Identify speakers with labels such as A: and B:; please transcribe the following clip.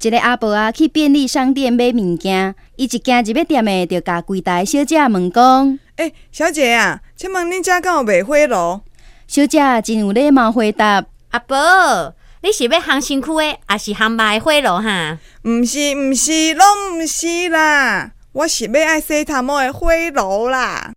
A: 一个阿婆啊去便利商店买物件，伊一行入去店的，就甲柜台小姐问讲。
B: 诶、小姐啊，请问恁遮敢有卖火炉？
A: 小姐真有礼貌回答，
C: 阿婆，啊你是要烘身躯的，还是烘肉的火炉哈？
B: 毋是，毋是，拢毋是啦！我是要爱洗头毛的火炉啦。